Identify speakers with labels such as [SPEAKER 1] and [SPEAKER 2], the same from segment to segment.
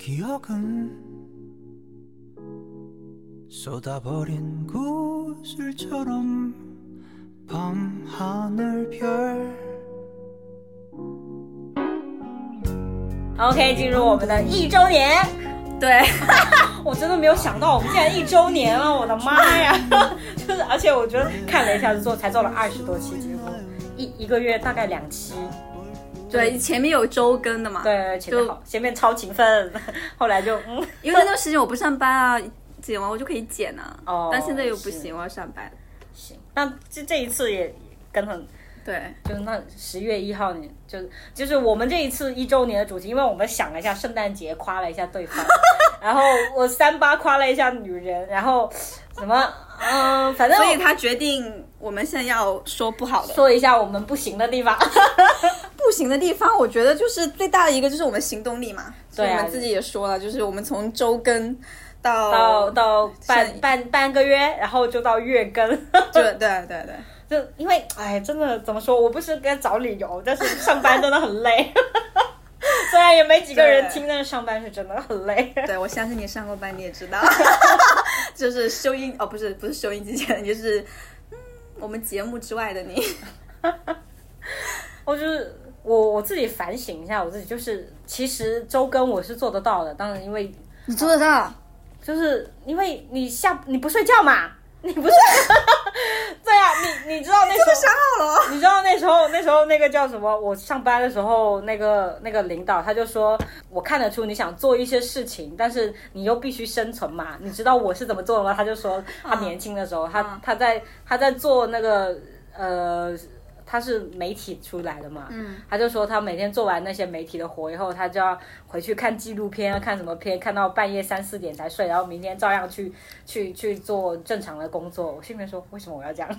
[SPEAKER 1] 기억은 쏟아버린 구슬처럼 밤 하늘 별
[SPEAKER 2] ？OK，进入我们的一周年，
[SPEAKER 3] 对，
[SPEAKER 2] 我真的没有想到我们竟然一周年了，我的妈呀！ 就是，而且我觉得看了一下，就做才做了二十多期节目，一一个月大概两期。
[SPEAKER 3] 对，前面有周更的嘛，，
[SPEAKER 2] 对，前面好，前面超勤奋， 后来就嗯，
[SPEAKER 3] 因为那段时间我不上班啊，剪完我就可以剪啊，
[SPEAKER 2] 哦
[SPEAKER 3] 但现在又不
[SPEAKER 2] 是
[SPEAKER 3] 行，我要上班。
[SPEAKER 2] 行。那这这一次也跟很，
[SPEAKER 3] 对，
[SPEAKER 2] 就是那十月一号你，就就是我们这一次一周年的主题，因为我们想了一下圣诞节，夸了一下 对方，然后我三八夸了一下女人，然后什么嗯、反正
[SPEAKER 3] 所以他决定我们现在要说不好的，
[SPEAKER 2] 说一下我们不行的地方。
[SPEAKER 3] 不行的地方，我觉得就是最大的一个就是我们行动力嘛。
[SPEAKER 2] 对啊
[SPEAKER 3] 所以我们自己也说了，就是我们从周更到
[SPEAKER 2] 到到半
[SPEAKER 3] 是
[SPEAKER 2] 半半个月，然后就到月更，
[SPEAKER 3] 就对对对，
[SPEAKER 2] 就因为哎，真的怎么说，我不是跟找理由，但是上班真的很 累，虽然也没几个人
[SPEAKER 3] 对
[SPEAKER 2] 听，但是上班是真的很累。
[SPEAKER 3] 对我相信你上过班，你也 知道，就是收音哦，不是不是收音机前，就是嗯我们节目之外的你，
[SPEAKER 2] 我就是我我自己反省一下我自己，就是其实周更我是做得到的，当然因为
[SPEAKER 3] 你做得 到。
[SPEAKER 2] 就是因为你下你不睡觉嘛，你不睡， 对呀、你你知道那时候
[SPEAKER 3] 想好了，
[SPEAKER 2] 你知道那时候，那时候那个叫什么？我上班的时候，那个那个领导他就说，我看得出你想做一些事情，但是你又必须生存嘛。你知道我是怎么做的吗？他就说，他年轻的时候，他他在他在做那个呃，他是媒体出来的嘛，嗯，他就说他每天做完那些媒体的活以后，他就要回去看纪录片啊，看什么片，看到半夜三四点才睡，然后明天照样去去去做正常的工作。我心里面说，为什么我要这样？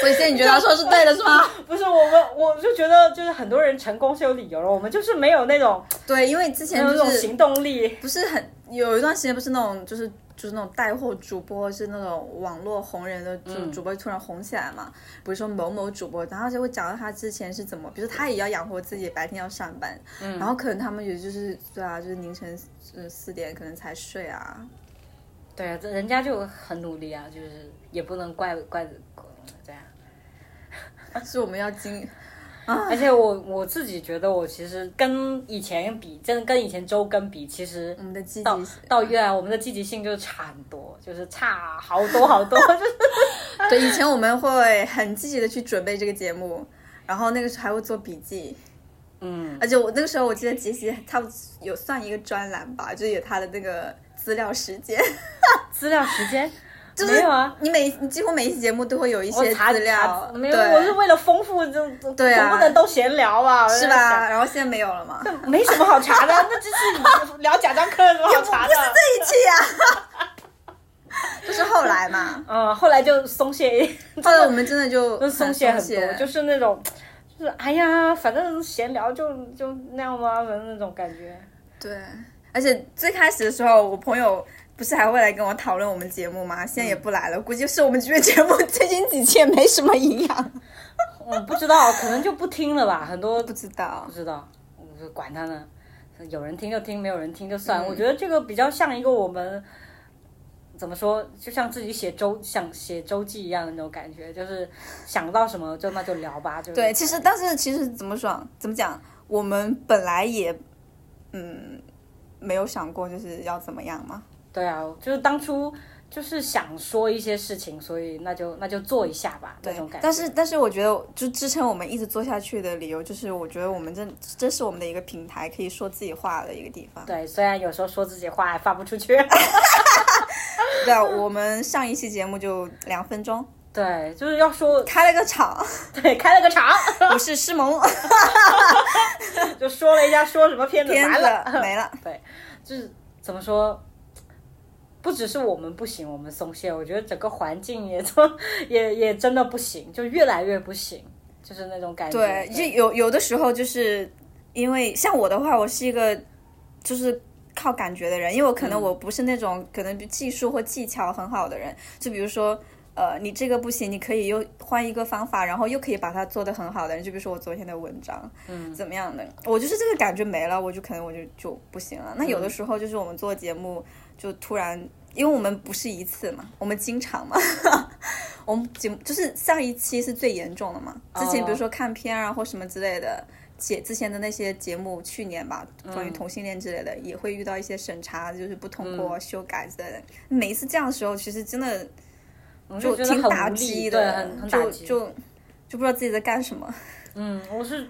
[SPEAKER 3] 所以现在你觉得他说是对的是吗？
[SPEAKER 2] 不是我们，我就觉得就是很多人成功是有理由的，我们就是没有那种
[SPEAKER 3] 对，因为之
[SPEAKER 2] 没
[SPEAKER 3] 前
[SPEAKER 2] 有那种
[SPEAKER 3] 就是
[SPEAKER 2] 行动力。
[SPEAKER 3] 不是很有一段时间不是那种就是就是那种带货主播是那种网络红人的主、主播突然红起来嘛，比如说某某主播，然后就会讲到他之前是怎么，比如说他也要养活自己，白天要上班，然后可能他们也就是对啊，就是凌晨呃四点可能才睡啊，
[SPEAKER 2] 对啊，这人家就很努力啊，就是也不能怪怪怪这样。
[SPEAKER 3] 是我们要 经
[SPEAKER 2] 啊而且我我自己觉得，我其实跟以前比，真的跟以前周更比，其实嗯
[SPEAKER 3] 我们的积
[SPEAKER 2] 到
[SPEAKER 3] 极性。
[SPEAKER 2] 到越来我们的积极性就差很多，就是差好多好多，就是
[SPEAKER 3] 对，以前我们会很积极的去准备这个节目，然后那个时候还会做笔记。
[SPEAKER 2] 嗯，
[SPEAKER 3] 而且我那个时候我记得杰西他有算一个专栏吧，就是有他的那个资料时间，
[SPEAKER 2] 资料时间。
[SPEAKER 3] 就是
[SPEAKER 2] 没有啊，
[SPEAKER 3] 你每你几乎每一期节目都会有一
[SPEAKER 2] 我
[SPEAKER 3] 些
[SPEAKER 2] 查
[SPEAKER 3] 资料
[SPEAKER 2] 查，没有，我是
[SPEAKER 3] 对，
[SPEAKER 2] 为了丰富，就
[SPEAKER 3] 对啊
[SPEAKER 2] 总不能都闲聊吧，我就是在想
[SPEAKER 3] 吧？然后现在没有了 嘛？
[SPEAKER 2] 这没什么好查的，那只是聊贾樟柯有什么好 查的？
[SPEAKER 3] 这一期呀、啊， 就是后来 嘛，
[SPEAKER 2] 嗯，后来就松懈，
[SPEAKER 3] 后来我们真的就
[SPEAKER 2] 就松
[SPEAKER 3] 松
[SPEAKER 2] 懈很
[SPEAKER 3] 懈
[SPEAKER 2] 多，就是那种，就是哎呀，反正闲聊就就那样嘛，反正那种感觉。
[SPEAKER 3] 对，而且最开始的时候，我朋友不是还会来跟我讨论我们节目吗？现
[SPEAKER 2] 嗯
[SPEAKER 3] 在也不来了，估计是我们这个节目 最近几期也没什么营养，
[SPEAKER 2] 我不知道，可能就不听了吧，很多
[SPEAKER 3] 不
[SPEAKER 2] 不
[SPEAKER 3] 知道。
[SPEAKER 2] 知道，我就管他呢，有人听就听，没有人听就算。我觉得这个比较像一个我们。怎么说？就像自己写周想写周记一样的那种感觉，就是想到什么就那就聊吧，就是
[SPEAKER 3] 对，其实但是其实怎么说，啊怎么讲，我们本来也，嗯，没有想过就是要怎么样嘛。
[SPEAKER 2] 对啊，就是当初就是想说一些事情，所以那就那就做一下吧，那
[SPEAKER 3] 对
[SPEAKER 2] 种感觉。
[SPEAKER 3] 但是但是我觉得就支撑我们一直做下去的理由，就是我觉得我们这这是我们的一个平台，可以说自己话的一个地方。
[SPEAKER 2] 对，虽然有时候说自己话还发不出去，
[SPEAKER 3] 对啊，我们上一期节目就两分钟，
[SPEAKER 2] 对，就是要说
[SPEAKER 3] 开了个 场。
[SPEAKER 2] 对开了个场，
[SPEAKER 3] 我是诗萌，
[SPEAKER 2] 就说了一下说什么片子
[SPEAKER 3] 片
[SPEAKER 2] 完了，
[SPEAKER 3] 子没了。
[SPEAKER 2] 就是怎么说，不只是我们不行，我们松懈，我觉得整个环境也都 也也真的不行，就越来越不行，就是那种感觉。
[SPEAKER 3] 对，就有有的时候就是因为像我的话，我是一个就是靠
[SPEAKER 2] 嗯
[SPEAKER 3] 感觉的人，因为我可能我不是那种可能技术或技巧很好的人，就比如说。呃，你这个不行，你可以又换一个方法，然后又可以把它做得很好的人，就比如说我昨天的文章，嗯，怎么样的，我就是这个感觉没了，我就可能我就就不行了。那有的时候就是我们做节目，就突然，因为我们不是一次嘛，我们经常嘛， 我们节目就是上一期是最严重的嘛，之前比如说看片啊或什么之类的。节之前的那些节目，去年吧，关于同性恋之类的，也会遇到一些审查，就是不通过、修改之类的。每一次这样的时候，其实真的
[SPEAKER 2] 我
[SPEAKER 3] 就
[SPEAKER 2] 觉得
[SPEAKER 3] 挺
[SPEAKER 2] 很
[SPEAKER 3] 打
[SPEAKER 2] 无力，
[SPEAKER 3] 击
[SPEAKER 2] 对，
[SPEAKER 3] 的
[SPEAKER 2] 很，很打
[SPEAKER 3] 就
[SPEAKER 2] 击。
[SPEAKER 3] 就就不知道自己在干什么。
[SPEAKER 2] 嗯，我是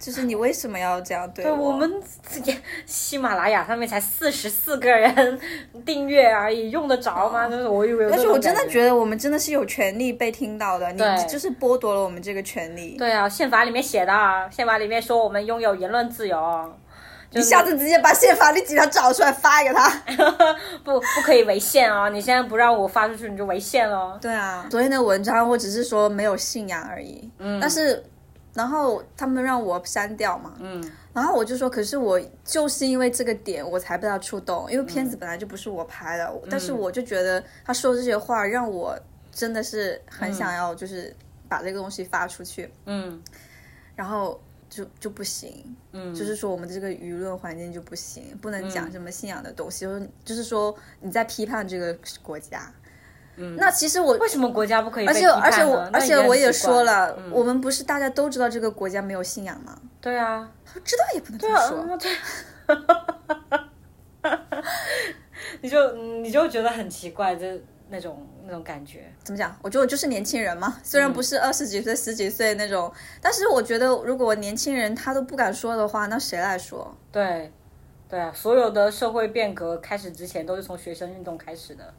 [SPEAKER 3] 就是你为什么要这样对
[SPEAKER 2] 对
[SPEAKER 3] 我？
[SPEAKER 2] 我们自己喜马拉雅上面才四十四个人订阅而已，用得着 吗？就是我以为有这
[SPEAKER 3] 而且我
[SPEAKER 2] 种
[SPEAKER 3] 真的
[SPEAKER 2] 感
[SPEAKER 3] 觉得我们真的是有权利被听到的，你
[SPEAKER 2] 对
[SPEAKER 3] 就是剥夺了我们这个权利。
[SPEAKER 2] 对啊，宪法里面写的，啊，宪法里面说我们拥有言论自由，就
[SPEAKER 3] 你下次直接把宪法那几条找出来发给他。
[SPEAKER 2] 不不可以违宪啊！你现在不让我发出去，你就违宪了。
[SPEAKER 3] 对啊，昨天的文章我只是说没有信仰而已。嗯，但是然后他们让我删掉嘛。嗯，然后我就说，可是我就是因为这个点我才被他触动，因为片子本来就不是我拍的，但是我就觉得他说这些话让我真的是很想要，就是把这个东西发出去，
[SPEAKER 2] 嗯
[SPEAKER 3] 然后。就就不行，
[SPEAKER 2] 嗯，
[SPEAKER 3] 就是说我们这个舆论环境就不行，不能讲什么信仰的东西，就是就是说你在批判这个国家，嗯，那其实我
[SPEAKER 2] 为什么国家不可以被
[SPEAKER 3] 而
[SPEAKER 2] 批
[SPEAKER 3] 且
[SPEAKER 2] 判呢？
[SPEAKER 3] 而且我
[SPEAKER 2] 那
[SPEAKER 3] 而且我也
[SPEAKER 2] 很奇怪嗯
[SPEAKER 3] 说，了，我们不是大家都知道这个国家没有信仰吗？
[SPEAKER 2] 对啊，
[SPEAKER 3] 他说知道也不能这
[SPEAKER 2] 对
[SPEAKER 3] 么
[SPEAKER 2] 啊，
[SPEAKER 3] 说。
[SPEAKER 2] 嗯对啊。你就嗯你就觉得很奇怪，就那种那种感觉。
[SPEAKER 3] 怎么讲？我觉得我就是年轻人嘛，虽
[SPEAKER 2] 嗯
[SPEAKER 3] 然不是二十几岁、十几岁那种，但是我觉得如果年轻人他都不敢说的话，那谁来说？
[SPEAKER 2] 对，对啊，所有的社会变革开始之前都是从学生运动开始的。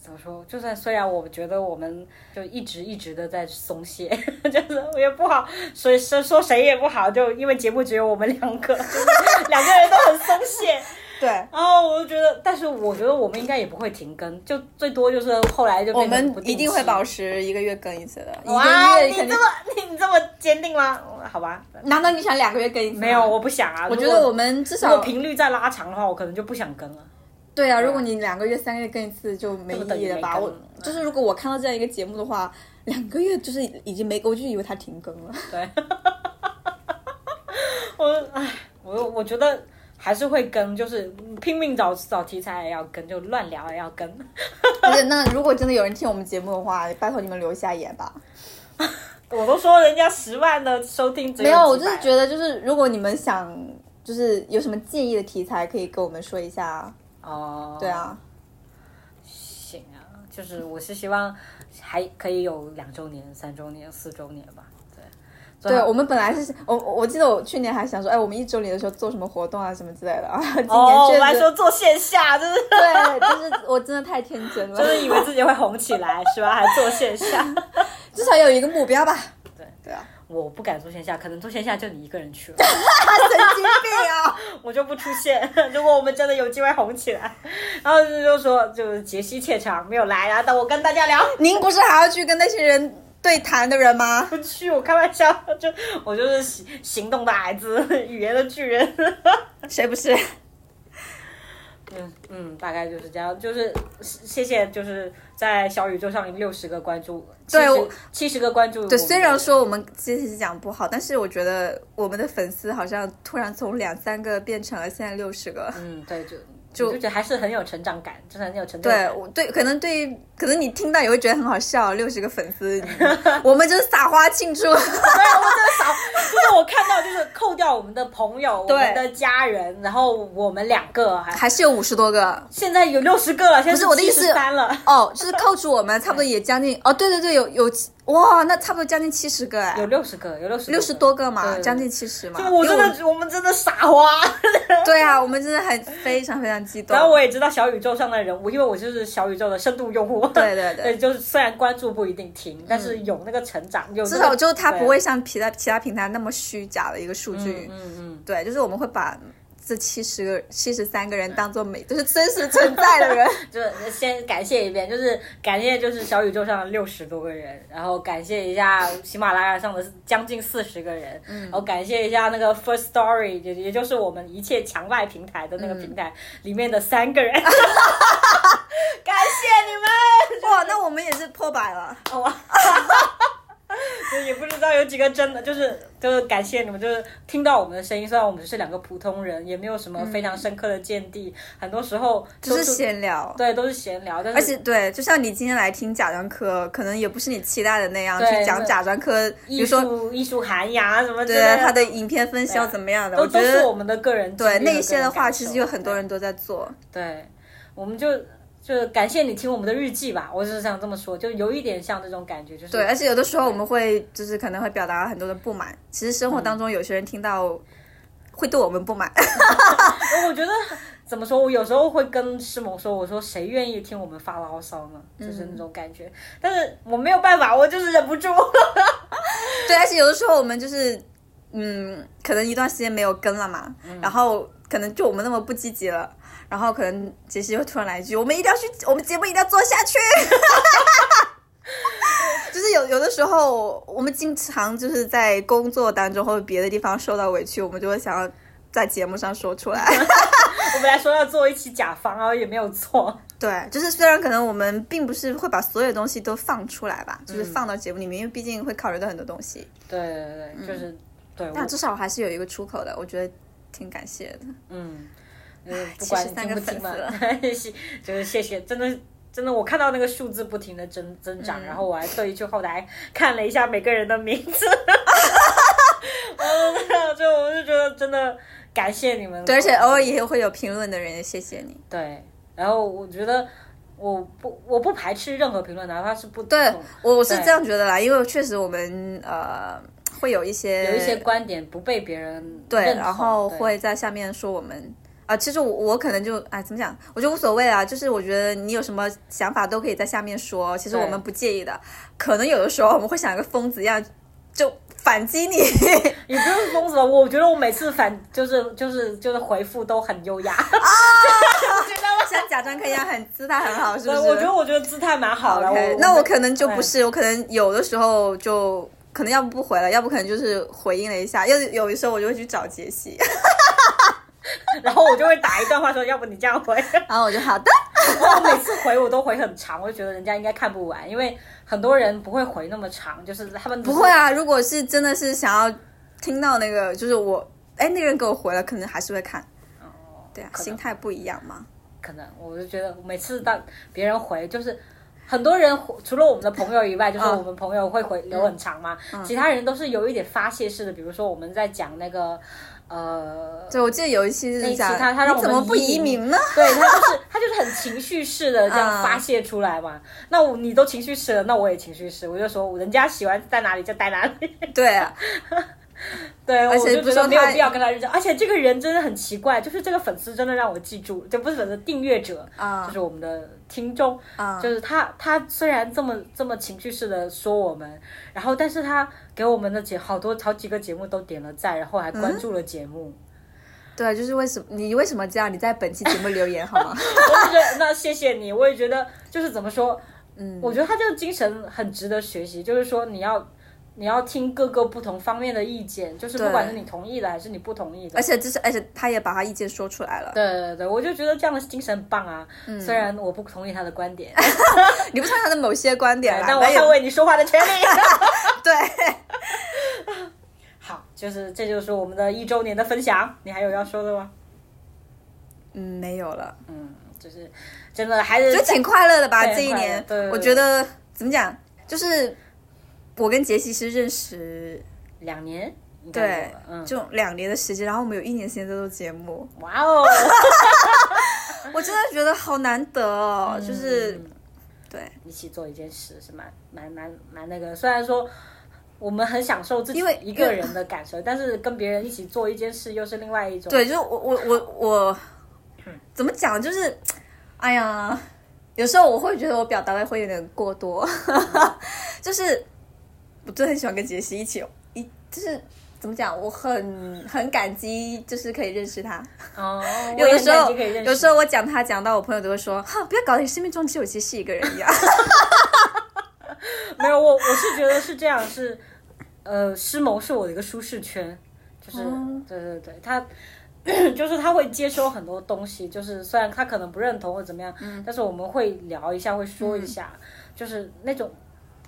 [SPEAKER 2] 怎么说？就算虽然我觉得我们就一直一直的在松懈， 就是我也不好，所以说说谁也不好，就因为节目只有我们两个， 就是两个人都很松懈。
[SPEAKER 3] 对，
[SPEAKER 2] 然后我就觉得，但是我觉得我们应该也不会停更，就最多就是后来就
[SPEAKER 3] 我
[SPEAKER 2] 变成
[SPEAKER 3] 们
[SPEAKER 2] 不定
[SPEAKER 3] 一定会
[SPEAKER 2] 期
[SPEAKER 3] 保持一个月更一次的，一
[SPEAKER 2] 哇，哦
[SPEAKER 3] 个
[SPEAKER 2] 你
[SPEAKER 3] 月肯
[SPEAKER 2] 这。
[SPEAKER 3] 定
[SPEAKER 2] 么你你这么坚定吗？嗯好吧，
[SPEAKER 3] 难道你想两个月更一次吗？
[SPEAKER 2] 没有，我不想啊。
[SPEAKER 3] 我
[SPEAKER 2] 如
[SPEAKER 3] 觉
[SPEAKER 2] 果
[SPEAKER 3] 得我们至
[SPEAKER 2] 如果
[SPEAKER 3] 少
[SPEAKER 2] 频率再拉长的话，我可能就不想更了。
[SPEAKER 3] 对啊，如果你两个月、三个月更一次就没
[SPEAKER 2] 这不等
[SPEAKER 3] 意义
[SPEAKER 2] 于
[SPEAKER 3] 了
[SPEAKER 2] 没
[SPEAKER 3] 吧？
[SPEAKER 2] 更
[SPEAKER 3] 我
[SPEAKER 2] 了
[SPEAKER 3] 就是如果我看到这样一个节目的话，两个月就是已经没，我就以为它停更了。
[SPEAKER 2] 对， 我唉，我我觉得还是会跟，就是拼命找找题材也要跟，就乱聊也要跟。
[SPEAKER 3] 而且那如果真的有人听我们节目的话，拜托你们留一下言吧。
[SPEAKER 2] 我都说人家十万的收听只
[SPEAKER 3] 没有，我
[SPEAKER 2] 几
[SPEAKER 3] 就
[SPEAKER 2] 百
[SPEAKER 3] 是觉得就是如果你们想就是有什么建议的题材，可以跟我们说一下。
[SPEAKER 2] 哦，
[SPEAKER 3] 对，啊，
[SPEAKER 2] 行啊，就是我是希望还可以有两周年、三周年、四周年吧。对，最
[SPEAKER 3] 对
[SPEAKER 2] 好
[SPEAKER 3] 我们本来是我我我记得我去年还想说，哎，我们一周年的时候做什么活动啊什么之类的啊。今
[SPEAKER 2] 哦，我
[SPEAKER 3] 年
[SPEAKER 2] 们还
[SPEAKER 3] 确实
[SPEAKER 2] 说做线下，就是
[SPEAKER 3] 对，就是我真的太天真
[SPEAKER 2] 就
[SPEAKER 3] 了，
[SPEAKER 2] 是以为自己会红起来，是吧？还做线下，
[SPEAKER 3] 至少有一个目标吧。
[SPEAKER 2] 对
[SPEAKER 3] 对啊，
[SPEAKER 2] 我不敢做线下，可能做线下就你一个人去了。
[SPEAKER 3] 神经病啊！
[SPEAKER 2] 我就不出现。 如果我们真的有机会红起来，然后就说就是杰西怯场没有来，然啊后但我跟大家聊
[SPEAKER 3] 您不是还要去跟那些人对谈的人吗？
[SPEAKER 2] 不去，我开玩笑，就我就是行行动的矮子，语言的巨人。
[SPEAKER 3] 谁不是？
[SPEAKER 2] 嗯嗯，大概就是这样，就是谢谢，就是在小宇宙上六十个关注，
[SPEAKER 3] 对我
[SPEAKER 2] 七十个关注我们的
[SPEAKER 3] 对，
[SPEAKER 2] 人，
[SPEAKER 3] 虽然说我们这期讲不好，但是我觉得我们的粉丝好像突然从两三个变成了现在六十个。
[SPEAKER 2] 嗯对就。就就觉得还是很有成长感，就是很有成就感。
[SPEAKER 3] 对，我对，可能对，可能你听到也会觉得很好笑，六十个粉丝， 我们就是撒花庆祝。
[SPEAKER 2] 对，我真的少，就是我看到就是扣掉我们的朋友、我
[SPEAKER 3] 对
[SPEAKER 2] 们的家人，然后我们两个还
[SPEAKER 3] 还是有五十多个
[SPEAKER 2] 现在有六十个了，现在
[SPEAKER 3] 不是我的意思
[SPEAKER 2] 三了。
[SPEAKER 3] 哦，就是扣除我们，差不多也将近哦，对对对，有有哇，那差不多将近七十个
[SPEAKER 2] 有
[SPEAKER 3] 哎，
[SPEAKER 2] 六十个，有六十
[SPEAKER 3] 六十多个
[SPEAKER 2] 对
[SPEAKER 3] 嘛，
[SPEAKER 2] 对
[SPEAKER 3] 将近七十嘛
[SPEAKER 2] 对。我真
[SPEAKER 3] 因为
[SPEAKER 2] 的，我们真的傻花。
[SPEAKER 3] 我对啊，我们真的很非常非常激动。
[SPEAKER 2] 然后我也知道小宇宙上的人，我因为我就是小宇宙的深度用户。
[SPEAKER 3] 对对 对
[SPEAKER 2] 就是虽然关注不一定听，但是有那个成长，有、那个、
[SPEAKER 3] 至少就是它
[SPEAKER 2] 对
[SPEAKER 3] 不会像其他其他平台那么虚假的一个数据。
[SPEAKER 2] 嗯嗯，
[SPEAKER 3] 对，就是我们会把这七十个、七十三个人当做每就是真实存在的人。
[SPEAKER 2] 就是先感谢一遍，就是感谢就是小宇宙上的六十多个人，然后感谢一下喜马拉雅上的将近四十个人，
[SPEAKER 3] 嗯
[SPEAKER 2] 然后感谢一下那个 First Story，也
[SPEAKER 3] 嗯
[SPEAKER 2] 也就是我们一切墙外平台的那个平台里面的三个人。感谢你们。
[SPEAKER 3] 哇，那我们也是破百了。
[SPEAKER 2] 好吧。也不知道有几个真的，就是就是感谢你们，就是听到我们的声音。虽然我们是两个普通人，也没有什么非常深刻的见地，很多时候
[SPEAKER 3] 嗯就
[SPEAKER 2] 都
[SPEAKER 3] 是闲聊。
[SPEAKER 2] 对都是闲聊，但是
[SPEAKER 3] 而且对，就像你今天来听贾樟柯，可能也不是你期待的那样
[SPEAKER 2] 对
[SPEAKER 3] 去讲
[SPEAKER 2] 那
[SPEAKER 3] 贾樟柯，比
[SPEAKER 2] 艺
[SPEAKER 3] 如说
[SPEAKER 2] 术艺术涵养啊什么之类
[SPEAKER 3] 对他
[SPEAKER 2] 的，
[SPEAKER 3] 的影片分析要怎么样的，
[SPEAKER 2] 都
[SPEAKER 3] 我觉
[SPEAKER 2] 都是
[SPEAKER 3] 得
[SPEAKER 2] 我们的个人经历和
[SPEAKER 3] 对
[SPEAKER 2] 个人感受。
[SPEAKER 3] 那一些的话，其实有很多人都在做。
[SPEAKER 2] 对，我们就就感谢你听我们的日记吧，我只是想这么说，就有一点像这种感觉，就是
[SPEAKER 3] 对，而且有的时候我们会就是可能会表达很多的不满，其实生活
[SPEAKER 2] 嗯
[SPEAKER 3] 当中有些人听到会对我们不满，
[SPEAKER 2] 我觉得怎么说，我有时候会跟师萌说，我说谁愿意听我们发牢骚呢？就是那种感觉，但是我没有办法，我就是忍不住。
[SPEAKER 3] 对，而且有的时候我们就是嗯，可能一段时间没有更了嘛，然后可能就我们那么不积极了。然后可能杰西又突然来一句：“我们一定要去，我们节目一定要做下去。” 就是有有的时候，我们经常就是在工作当中或者别的地方受到委屈，我们就会想要在节目上说出来。
[SPEAKER 2] 我本来说要做一期甲方啊，然后也没有做。
[SPEAKER 3] 对，就是虽然可能我们并不是会把所有东西都放出来吧，就是放到节目里面，因为毕竟会考虑到很多东西，
[SPEAKER 2] 对对对，就是、对我
[SPEAKER 3] 但至少还是有一个出口的，我觉得挺感谢的。
[SPEAKER 2] 嗯，呃不
[SPEAKER 3] 73
[SPEAKER 2] 管你听不听嘛
[SPEAKER 3] 个，
[SPEAKER 2] 谢 就是谢谢，真的。真的，我看到那个数字不停的增增长，然后我还特意去后台看了一下每个人的名字， 我就我就觉得真的感谢你们，
[SPEAKER 3] 对，而且偶尔也会有评论的人，也谢谢你。
[SPEAKER 2] 对，然后我觉得我不我不排斥任何评论，哪怕是不
[SPEAKER 3] 对
[SPEAKER 2] 同
[SPEAKER 3] 我我是
[SPEAKER 2] 对
[SPEAKER 3] 这样觉得啦，因为确实我们呃会有一些
[SPEAKER 2] 有一些观点不被别人
[SPEAKER 3] 对，
[SPEAKER 2] 认同
[SPEAKER 3] 然后
[SPEAKER 2] 对
[SPEAKER 3] 会在下面说我们。啊，其实我我可能就哎，怎么讲？我就无所谓啊，就是我觉得你有什么想法都可以在下面说，其实
[SPEAKER 2] 对
[SPEAKER 3] 我们不介意的。可能有的时候我们会像一个疯子一样，就反击你。
[SPEAKER 2] 也不用疯子吧，我觉得我每次反就是就是就是回复都很优 雅。
[SPEAKER 3] 像贾樟柯一样很姿态很好，是不
[SPEAKER 2] 对，
[SPEAKER 3] 是？
[SPEAKER 2] 我觉得我觉得姿态蛮好的。
[SPEAKER 3] OK，
[SPEAKER 2] 我
[SPEAKER 3] 那我
[SPEAKER 2] 我
[SPEAKER 3] 可能就不
[SPEAKER 2] 对
[SPEAKER 3] 是，我可能有的时候就可能要不不回了，要不可能就是回应了一下，要是有的时候我就会去找 杰西，
[SPEAKER 2] 然后我就会打一段话说，要不你这样 回。
[SPEAKER 3] 然后我就好的，
[SPEAKER 2] 然后我哦每次回我都回很长，我就觉得人家应该看不完，因为很多人不会回那么长，就是他们只
[SPEAKER 3] 不
[SPEAKER 2] 是
[SPEAKER 3] 会。啊，如果是真的是想要听到那个，就是我哎那个人给我回了，可能还是会看，对啊，
[SPEAKER 2] 哦可能
[SPEAKER 3] 心态不一样嘛。
[SPEAKER 2] 可能我就觉得每次当别人回就是。很多人回除了我们的朋友以外，就是
[SPEAKER 3] 嗯
[SPEAKER 2] 我们朋友会回留很长嘛，其他人都是有一点发泄式的，比如说我们在讲那个，呃，
[SPEAKER 3] 对，我记得有一期
[SPEAKER 2] 那
[SPEAKER 3] 是
[SPEAKER 2] 一期
[SPEAKER 3] 讲
[SPEAKER 2] 他他让
[SPEAKER 3] 你
[SPEAKER 2] 我
[SPEAKER 3] 怎
[SPEAKER 2] 们
[SPEAKER 3] 么不
[SPEAKER 2] 移
[SPEAKER 3] 移
[SPEAKER 2] 民
[SPEAKER 3] 民呢？
[SPEAKER 2] 对他就是他就是很情绪式的这样
[SPEAKER 3] 嗯
[SPEAKER 2] 发泄出来嘛。那我你都情绪式了，那我也情绪式，我就说人家喜欢在哪里就待哪里。
[SPEAKER 3] 对啊，
[SPEAKER 2] 对，我
[SPEAKER 3] 且
[SPEAKER 2] 就
[SPEAKER 3] 不
[SPEAKER 2] 觉
[SPEAKER 3] 说
[SPEAKER 2] 得没有
[SPEAKER 3] 他
[SPEAKER 2] 必要跟他认真。而且这个人真的很奇怪，就是这个粉丝真的让我记住，就不是粉丝订阅者
[SPEAKER 3] 啊
[SPEAKER 2] 就是我们的听众
[SPEAKER 3] 啊
[SPEAKER 2] 就是他他虽然这么这么情绪式的说我们，然后但是他给我们的节好多好几个节目都点了赞，然后还
[SPEAKER 3] 嗯
[SPEAKER 2] 关注了节目。
[SPEAKER 3] 对，啊就是为什么你为什么这样？你在本期节目留言好吗？
[SPEAKER 2] 我就觉得那谢谢你，我也觉得就是怎么说，嗯，我觉得他这个精神很值得学习，就是说你要。你要听各个不同方面的意见，就是不
[SPEAKER 3] 对
[SPEAKER 2] 管是你同意的还是你不同意的，
[SPEAKER 3] 而且就是而且他也把他意见说出来了。
[SPEAKER 2] 对对对，我就觉得这样的精神棒啊！
[SPEAKER 3] 嗯
[SPEAKER 2] 虽然我不同意他的观 点，
[SPEAKER 3] 你不同意他的某些观点啦，
[SPEAKER 2] 但我
[SPEAKER 3] 那也
[SPEAKER 2] 捍卫你说话的权利。
[SPEAKER 3] 对，
[SPEAKER 2] 好，就是这就是我们的一周年的分享，你还有要说的吗？
[SPEAKER 3] 嗯，没有了，
[SPEAKER 2] 嗯，就是真的还是
[SPEAKER 3] 就挺快乐的吧？
[SPEAKER 2] 对
[SPEAKER 3] 这一年
[SPEAKER 2] 很快乐对，
[SPEAKER 3] 我觉得怎么讲，就是我跟杰西是认识
[SPEAKER 2] 两年，应该有
[SPEAKER 3] 对
[SPEAKER 2] 了，嗯，
[SPEAKER 3] 这种两年的时间，然后我们有一年时间在做节目，
[SPEAKER 2] 哇哦，
[SPEAKER 3] 我真的觉得好难得哦，就是
[SPEAKER 2] 哎嗯
[SPEAKER 3] 对，
[SPEAKER 2] 一起做一件事是蛮蛮蛮蛮那个，虽然说。我们很享受自己
[SPEAKER 3] 因为
[SPEAKER 2] 一个人的感受，但是跟别人一起做一件事又是另外一种。
[SPEAKER 3] 对，就是我我我我
[SPEAKER 2] 嗯
[SPEAKER 3] 怎么讲，就是哎呀，有时候我会觉得我表达的会有点过多，
[SPEAKER 2] 嗯
[SPEAKER 3] 就是我真的很喜欢跟杰西一起，一就是怎么讲，我很很感激，就是可以认识他。
[SPEAKER 2] 哦，
[SPEAKER 3] 有的时候，有
[SPEAKER 2] 有
[SPEAKER 3] 时候我讲他讲到我朋友都会说，哈，不要搞得你生命中只有杰西一个人一样。
[SPEAKER 2] 没有，我我是觉得是这样，是呃，诗谋是我的一个舒适圈，就是、对对对，他就是他会接收很多东西，就是虽然他可能不认同或怎么样，但是我们会聊一下，会说一下，就是那种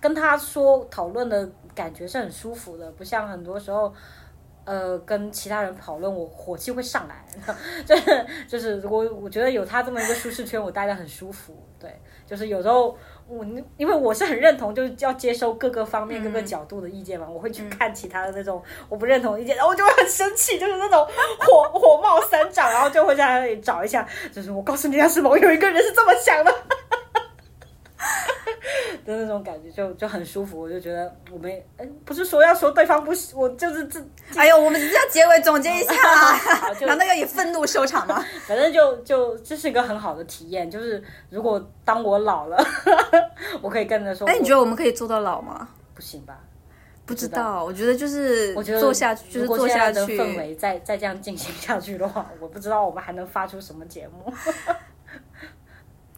[SPEAKER 2] 跟他说讨论的感觉是很舒服的，不像很多时候。呃，跟其他人讨论，我火气会上来， 就是就是我我觉得有他这么一个舒适圈，我待得很舒服。对，就是有时候我因为我是很认同，就是要接收各个方面、
[SPEAKER 3] 嗯
[SPEAKER 2] 各个角度的意见嘛，我会去看其他的那种我不认同的意见，然后我就会很生气，就是那种火火冒三丈，然后就会在那里找一下，就是我告诉你，他是某有一个人是这么想的。 的那种感觉就就很舒服，我就觉得我们哎，不是说要说对方不喜，我就是自
[SPEAKER 3] 哎呦，我们要结尾总结一 下，
[SPEAKER 2] 好就
[SPEAKER 3] 难道要以愤怒收场 吗？
[SPEAKER 2] 反正就就这是一个很好的体验，就是如果当我老了， 我可以跟着说，
[SPEAKER 3] 哎，你觉
[SPEAKER 2] 得
[SPEAKER 3] 得我们可以做到老吗？
[SPEAKER 2] 不行吧？
[SPEAKER 3] 不知道，我觉得就是
[SPEAKER 2] 我觉得
[SPEAKER 3] 做下去，就是
[SPEAKER 2] 如果
[SPEAKER 3] 做
[SPEAKER 2] 现
[SPEAKER 3] 下
[SPEAKER 2] 在的
[SPEAKER 3] 去。
[SPEAKER 2] 氛围再再这样进行下去的话，我不知道我们还能发出什么节目。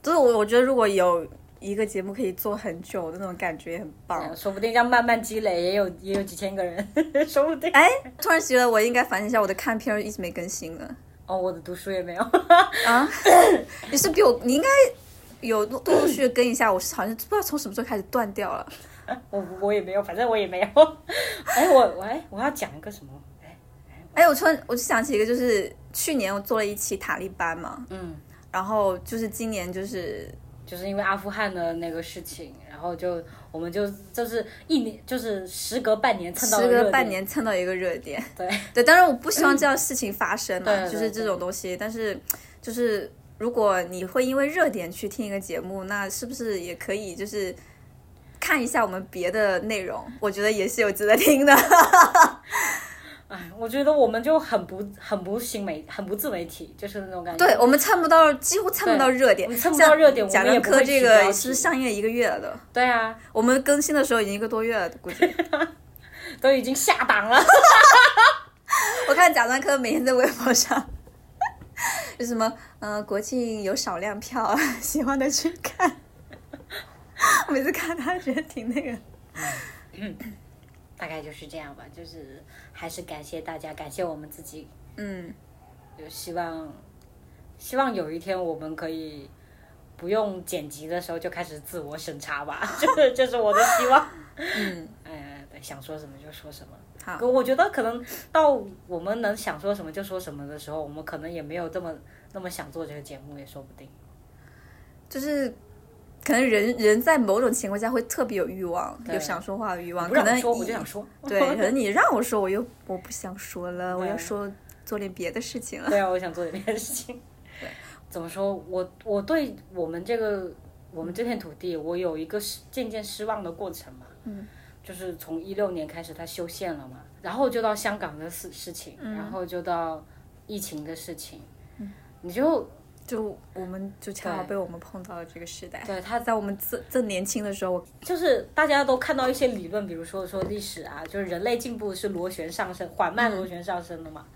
[SPEAKER 3] 就是我，我觉得如果有一个节目可以做很久，那种感觉也很棒。
[SPEAKER 2] 哎说不定这样慢慢积累，也有也有几千个人， 说不定。
[SPEAKER 3] 哎，突然觉得我应该反省一下，我的看片儿一直没更新了
[SPEAKER 2] 哦，我的读书也没 有。
[SPEAKER 3] 啊！你是比我，你应该有陆陆续续更一下，我是好像不知道从什么时候开始断掉了。
[SPEAKER 2] 我我也没有，反正我也没 有。哎，我我哎，我要讲一个什么？哎，
[SPEAKER 3] 哎，我突然我就想起一个，就是去年我做了一期塔利班嘛，
[SPEAKER 2] 嗯，
[SPEAKER 3] 然后就是今年就是
[SPEAKER 2] 就是因为阿富汗的那个事情，然后就我们就就是一年，就是时隔半年蹭到了
[SPEAKER 3] 时
[SPEAKER 2] 热
[SPEAKER 3] 隔
[SPEAKER 2] 点
[SPEAKER 3] 半，年蹭到一个热点。
[SPEAKER 2] 对，
[SPEAKER 3] 对，当然我不希望这样的事情发生
[SPEAKER 2] 对
[SPEAKER 3] 嘛，
[SPEAKER 2] 对
[SPEAKER 3] 就是这种东西。但是，就是如果你会因为热点去听一个节目，那是不是也可以就是看一下我们别的内容？我觉得也是有值得听的。
[SPEAKER 2] 哎，我觉得我们就很不很不新媒，很不自媒体，就是那种感觉。
[SPEAKER 3] 对，我们蹭不到，几乎蹭不到热点
[SPEAKER 2] 我，们蹭不
[SPEAKER 3] 像
[SPEAKER 2] 到热点我们
[SPEAKER 3] 贾
[SPEAKER 2] 也
[SPEAKER 3] 樟
[SPEAKER 2] 不
[SPEAKER 3] 柯
[SPEAKER 2] 会
[SPEAKER 3] 这
[SPEAKER 2] 取
[SPEAKER 3] 个
[SPEAKER 2] 标
[SPEAKER 3] 是
[SPEAKER 2] 题
[SPEAKER 3] 上映了一个月了的，
[SPEAKER 2] 对啊，
[SPEAKER 3] 我们更新的时候已经一个多月了，估计。
[SPEAKER 2] 都已经下档了。
[SPEAKER 3] 我看贾樟柯每天在微博上。 就什么，呃，国庆有少量票，啊喜欢的去看。我每次看他觉得挺那个，
[SPEAKER 2] 大概就是这样吧，就是还是感谢大家，感谢我们自己，
[SPEAKER 3] 嗯，
[SPEAKER 2] 就希望希望有一天我们可以不用剪辑的时候就开始自我审查吧， 这这是我的希望。嗯， 哎，对想说什么就说什么。
[SPEAKER 3] 好
[SPEAKER 2] 可我觉得可能到我们能想说什么就说什么的时候，我们可能也没有这么那么想做这个节目，也说不定。
[SPEAKER 3] 就是可能人人在某种情况下会特别有欲望，
[SPEAKER 2] 对
[SPEAKER 3] 有想说话的欲望，
[SPEAKER 2] 不
[SPEAKER 3] 可
[SPEAKER 2] 让
[SPEAKER 3] 能
[SPEAKER 2] 我说，我
[SPEAKER 3] 你
[SPEAKER 2] 就想说。
[SPEAKER 3] 对，可能你让我说，我又我不想说了，我
[SPEAKER 2] 对
[SPEAKER 3] 要说做点别的事情了。
[SPEAKER 2] 对啊，我想做点别的事情。怎么说？我我对我们这个我们这片土地，我有一个失渐渐失望的过程嘛。嗯。就是从一六年开始，它修宪了嘛，然后就到香港的事事情，然后就到疫情的事情，你就
[SPEAKER 3] 就我们就恰好
[SPEAKER 2] 对
[SPEAKER 3] 被我们碰到了这个时代，
[SPEAKER 2] 对它
[SPEAKER 3] 在我们正正年轻的时候，我
[SPEAKER 2] 就是大家都看到一些理论，比如说说历史啊，就是人类进步是螺旋上升，缓慢螺旋上升的嘛。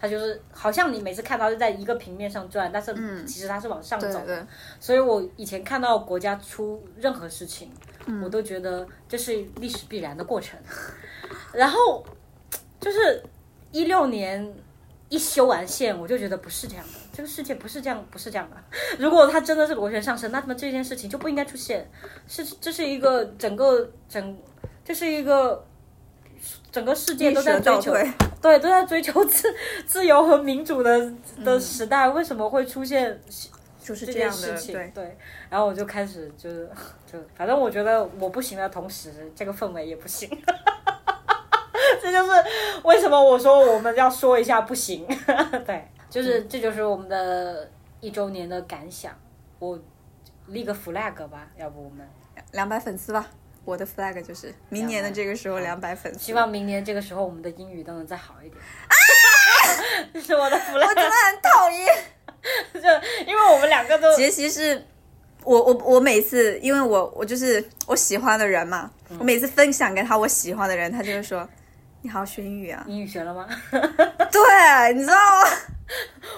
[SPEAKER 2] 它就是好像你每次看它就在一个平面上转，但是其实它是往上走的。
[SPEAKER 3] 对
[SPEAKER 2] 所以我以前看到国家出任何事情，
[SPEAKER 3] 嗯
[SPEAKER 2] 我都觉得这是历史必然的过程。 然后就是一六年一修完线，我就觉得不是这样的，这个世界不是这样，不是这样的。如果它真的是螺旋上升，那么这件事情就不应该出现。是，这是一个整个整，这是一个整个世界
[SPEAKER 3] 历
[SPEAKER 2] 都
[SPEAKER 3] 史
[SPEAKER 2] 在
[SPEAKER 3] 的
[SPEAKER 2] 追
[SPEAKER 3] 倒
[SPEAKER 2] 求
[SPEAKER 3] 退。
[SPEAKER 2] 对，都在追求自 自由和民主的的
[SPEAKER 3] 嗯
[SPEAKER 2] 时代，为什么会出现
[SPEAKER 3] 就是
[SPEAKER 2] 这
[SPEAKER 3] 这
[SPEAKER 2] 件
[SPEAKER 3] 样的
[SPEAKER 2] 事，情？
[SPEAKER 3] 对。
[SPEAKER 2] 然后我就开始就是就，反正我觉得我不行的同时，这个氛围也不行。 这就是为什么我说我们要说一下不行。 对，
[SPEAKER 3] 嗯
[SPEAKER 2] 就是这就是我们的一周年的感想。我立个 flag 吧，要不我们
[SPEAKER 3] 两百粉丝吧。我的 flag 就是明年的这个时候两百粉丝，
[SPEAKER 2] 希望明年这个时候我们的英语都能再好一点。这 是我的
[SPEAKER 3] 啊我真
[SPEAKER 2] flag，
[SPEAKER 3] 的很讨厌。
[SPEAKER 2] 就因为我们两个都
[SPEAKER 3] 杰西是我我我每次，因为我我就是我喜欢的人嘛，我每次分享给他我喜欢的人，他就会说你好好学英语啊。
[SPEAKER 2] 英语学了吗？
[SPEAKER 3] 对，你知道吗？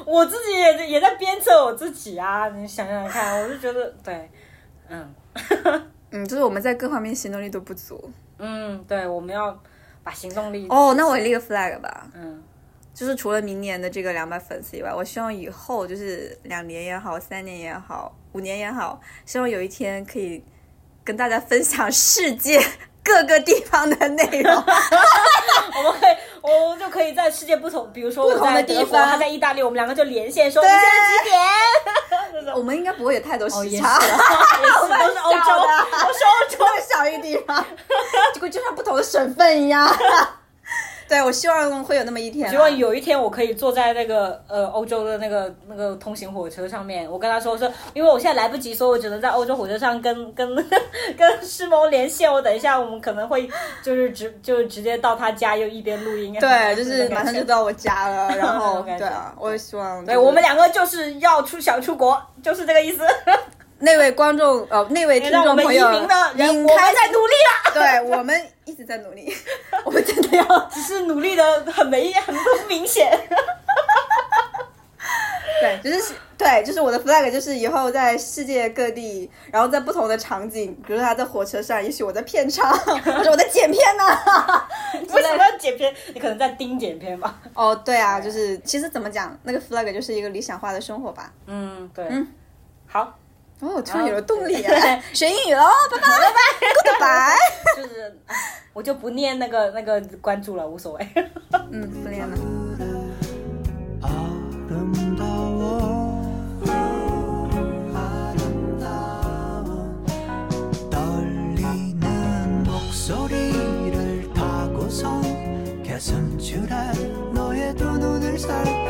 [SPEAKER 2] 我自己也也在鞭策我自己啊！你想想看，我就觉得对，嗯
[SPEAKER 3] 嗯，就是我们在各方面行动力都不足。
[SPEAKER 2] 嗯，对，我们要把行动力
[SPEAKER 3] 哦哦，那我立个 flag 吧，
[SPEAKER 2] 嗯，
[SPEAKER 3] 就是除了明年的这个两百粉丝以外，我希望以后就是两年也好，三年也好，五年也好，希望有一天可以跟大家分享世界 各个地方的内容。
[SPEAKER 2] 我们可以，我们就可以在世界不同，比如说我
[SPEAKER 3] 不同
[SPEAKER 2] 在
[SPEAKER 3] 的
[SPEAKER 2] 德
[SPEAKER 3] 地
[SPEAKER 2] 国，
[SPEAKER 3] 方
[SPEAKER 2] 他在意大利，我们两个就连线说你现在几点？哦
[SPEAKER 3] 我们应该不会有太多时
[SPEAKER 2] 也啊
[SPEAKER 3] 差，
[SPEAKER 2] 我们都是欧洲，
[SPEAKER 3] 笑啊的
[SPEAKER 2] 我是欧 洲。
[SPEAKER 3] 这么小一地方，就跟就像不同的省份一样。 对，我希望会有那么一天啊。
[SPEAKER 2] 希望有一天我可以坐在那个呃欧洲的那个那个通行火车上面，我跟他说说，因为我现在来不及，所以我只能在欧洲火车上跟 跟跟师萌连线。我等一下我们可能会就是直就直接到他家，又一边录音。啊
[SPEAKER 3] 对，就是马上就到我 家了，然
[SPEAKER 2] 那
[SPEAKER 3] 后
[SPEAKER 2] 种感
[SPEAKER 3] 对
[SPEAKER 2] 觉
[SPEAKER 3] 啊，我也希望、
[SPEAKER 2] 对，我们两个就是要出想出国，就是这个意思。
[SPEAKER 3] 那位观众呃，那位听
[SPEAKER 2] 哎让我
[SPEAKER 3] 众
[SPEAKER 2] 们
[SPEAKER 3] 朋
[SPEAKER 2] 移
[SPEAKER 3] 友，
[SPEAKER 2] 民的人，
[SPEAKER 3] 您
[SPEAKER 2] 我们
[SPEAKER 3] 开
[SPEAKER 2] 在努力啊了，
[SPEAKER 3] 对我们一直在努力，我们真的要
[SPEAKER 2] 只是努力的很没很不明 显。
[SPEAKER 3] 对，就是对，就是我的 flag 就是以后在世界各地，然后在不同的场景，比如说他在火车上，也许我在片场，或者我在剪片啊呢、
[SPEAKER 2] 为什么要剪片？你可能在盯剪片吧。
[SPEAKER 3] 哦，对啊，就是其实怎么讲，那个 flag 就是一个理想化的生活吧。
[SPEAKER 2] 嗯，对。好，
[SPEAKER 3] 哦，我突然有了动力、
[SPEAKER 2] 对
[SPEAKER 3] 啊，学英语了，哦，拜拜拜拜
[SPEAKER 2] 就是唉我就不念那个那个关注了，无所谓。
[SPEAKER 3] ，goodbye，嗯，不练了。
[SPEAKER 1] 아름다워 아름다운 떨리는 목소리를 타고서 개선출한 너의 두 눈을 그 살펴 그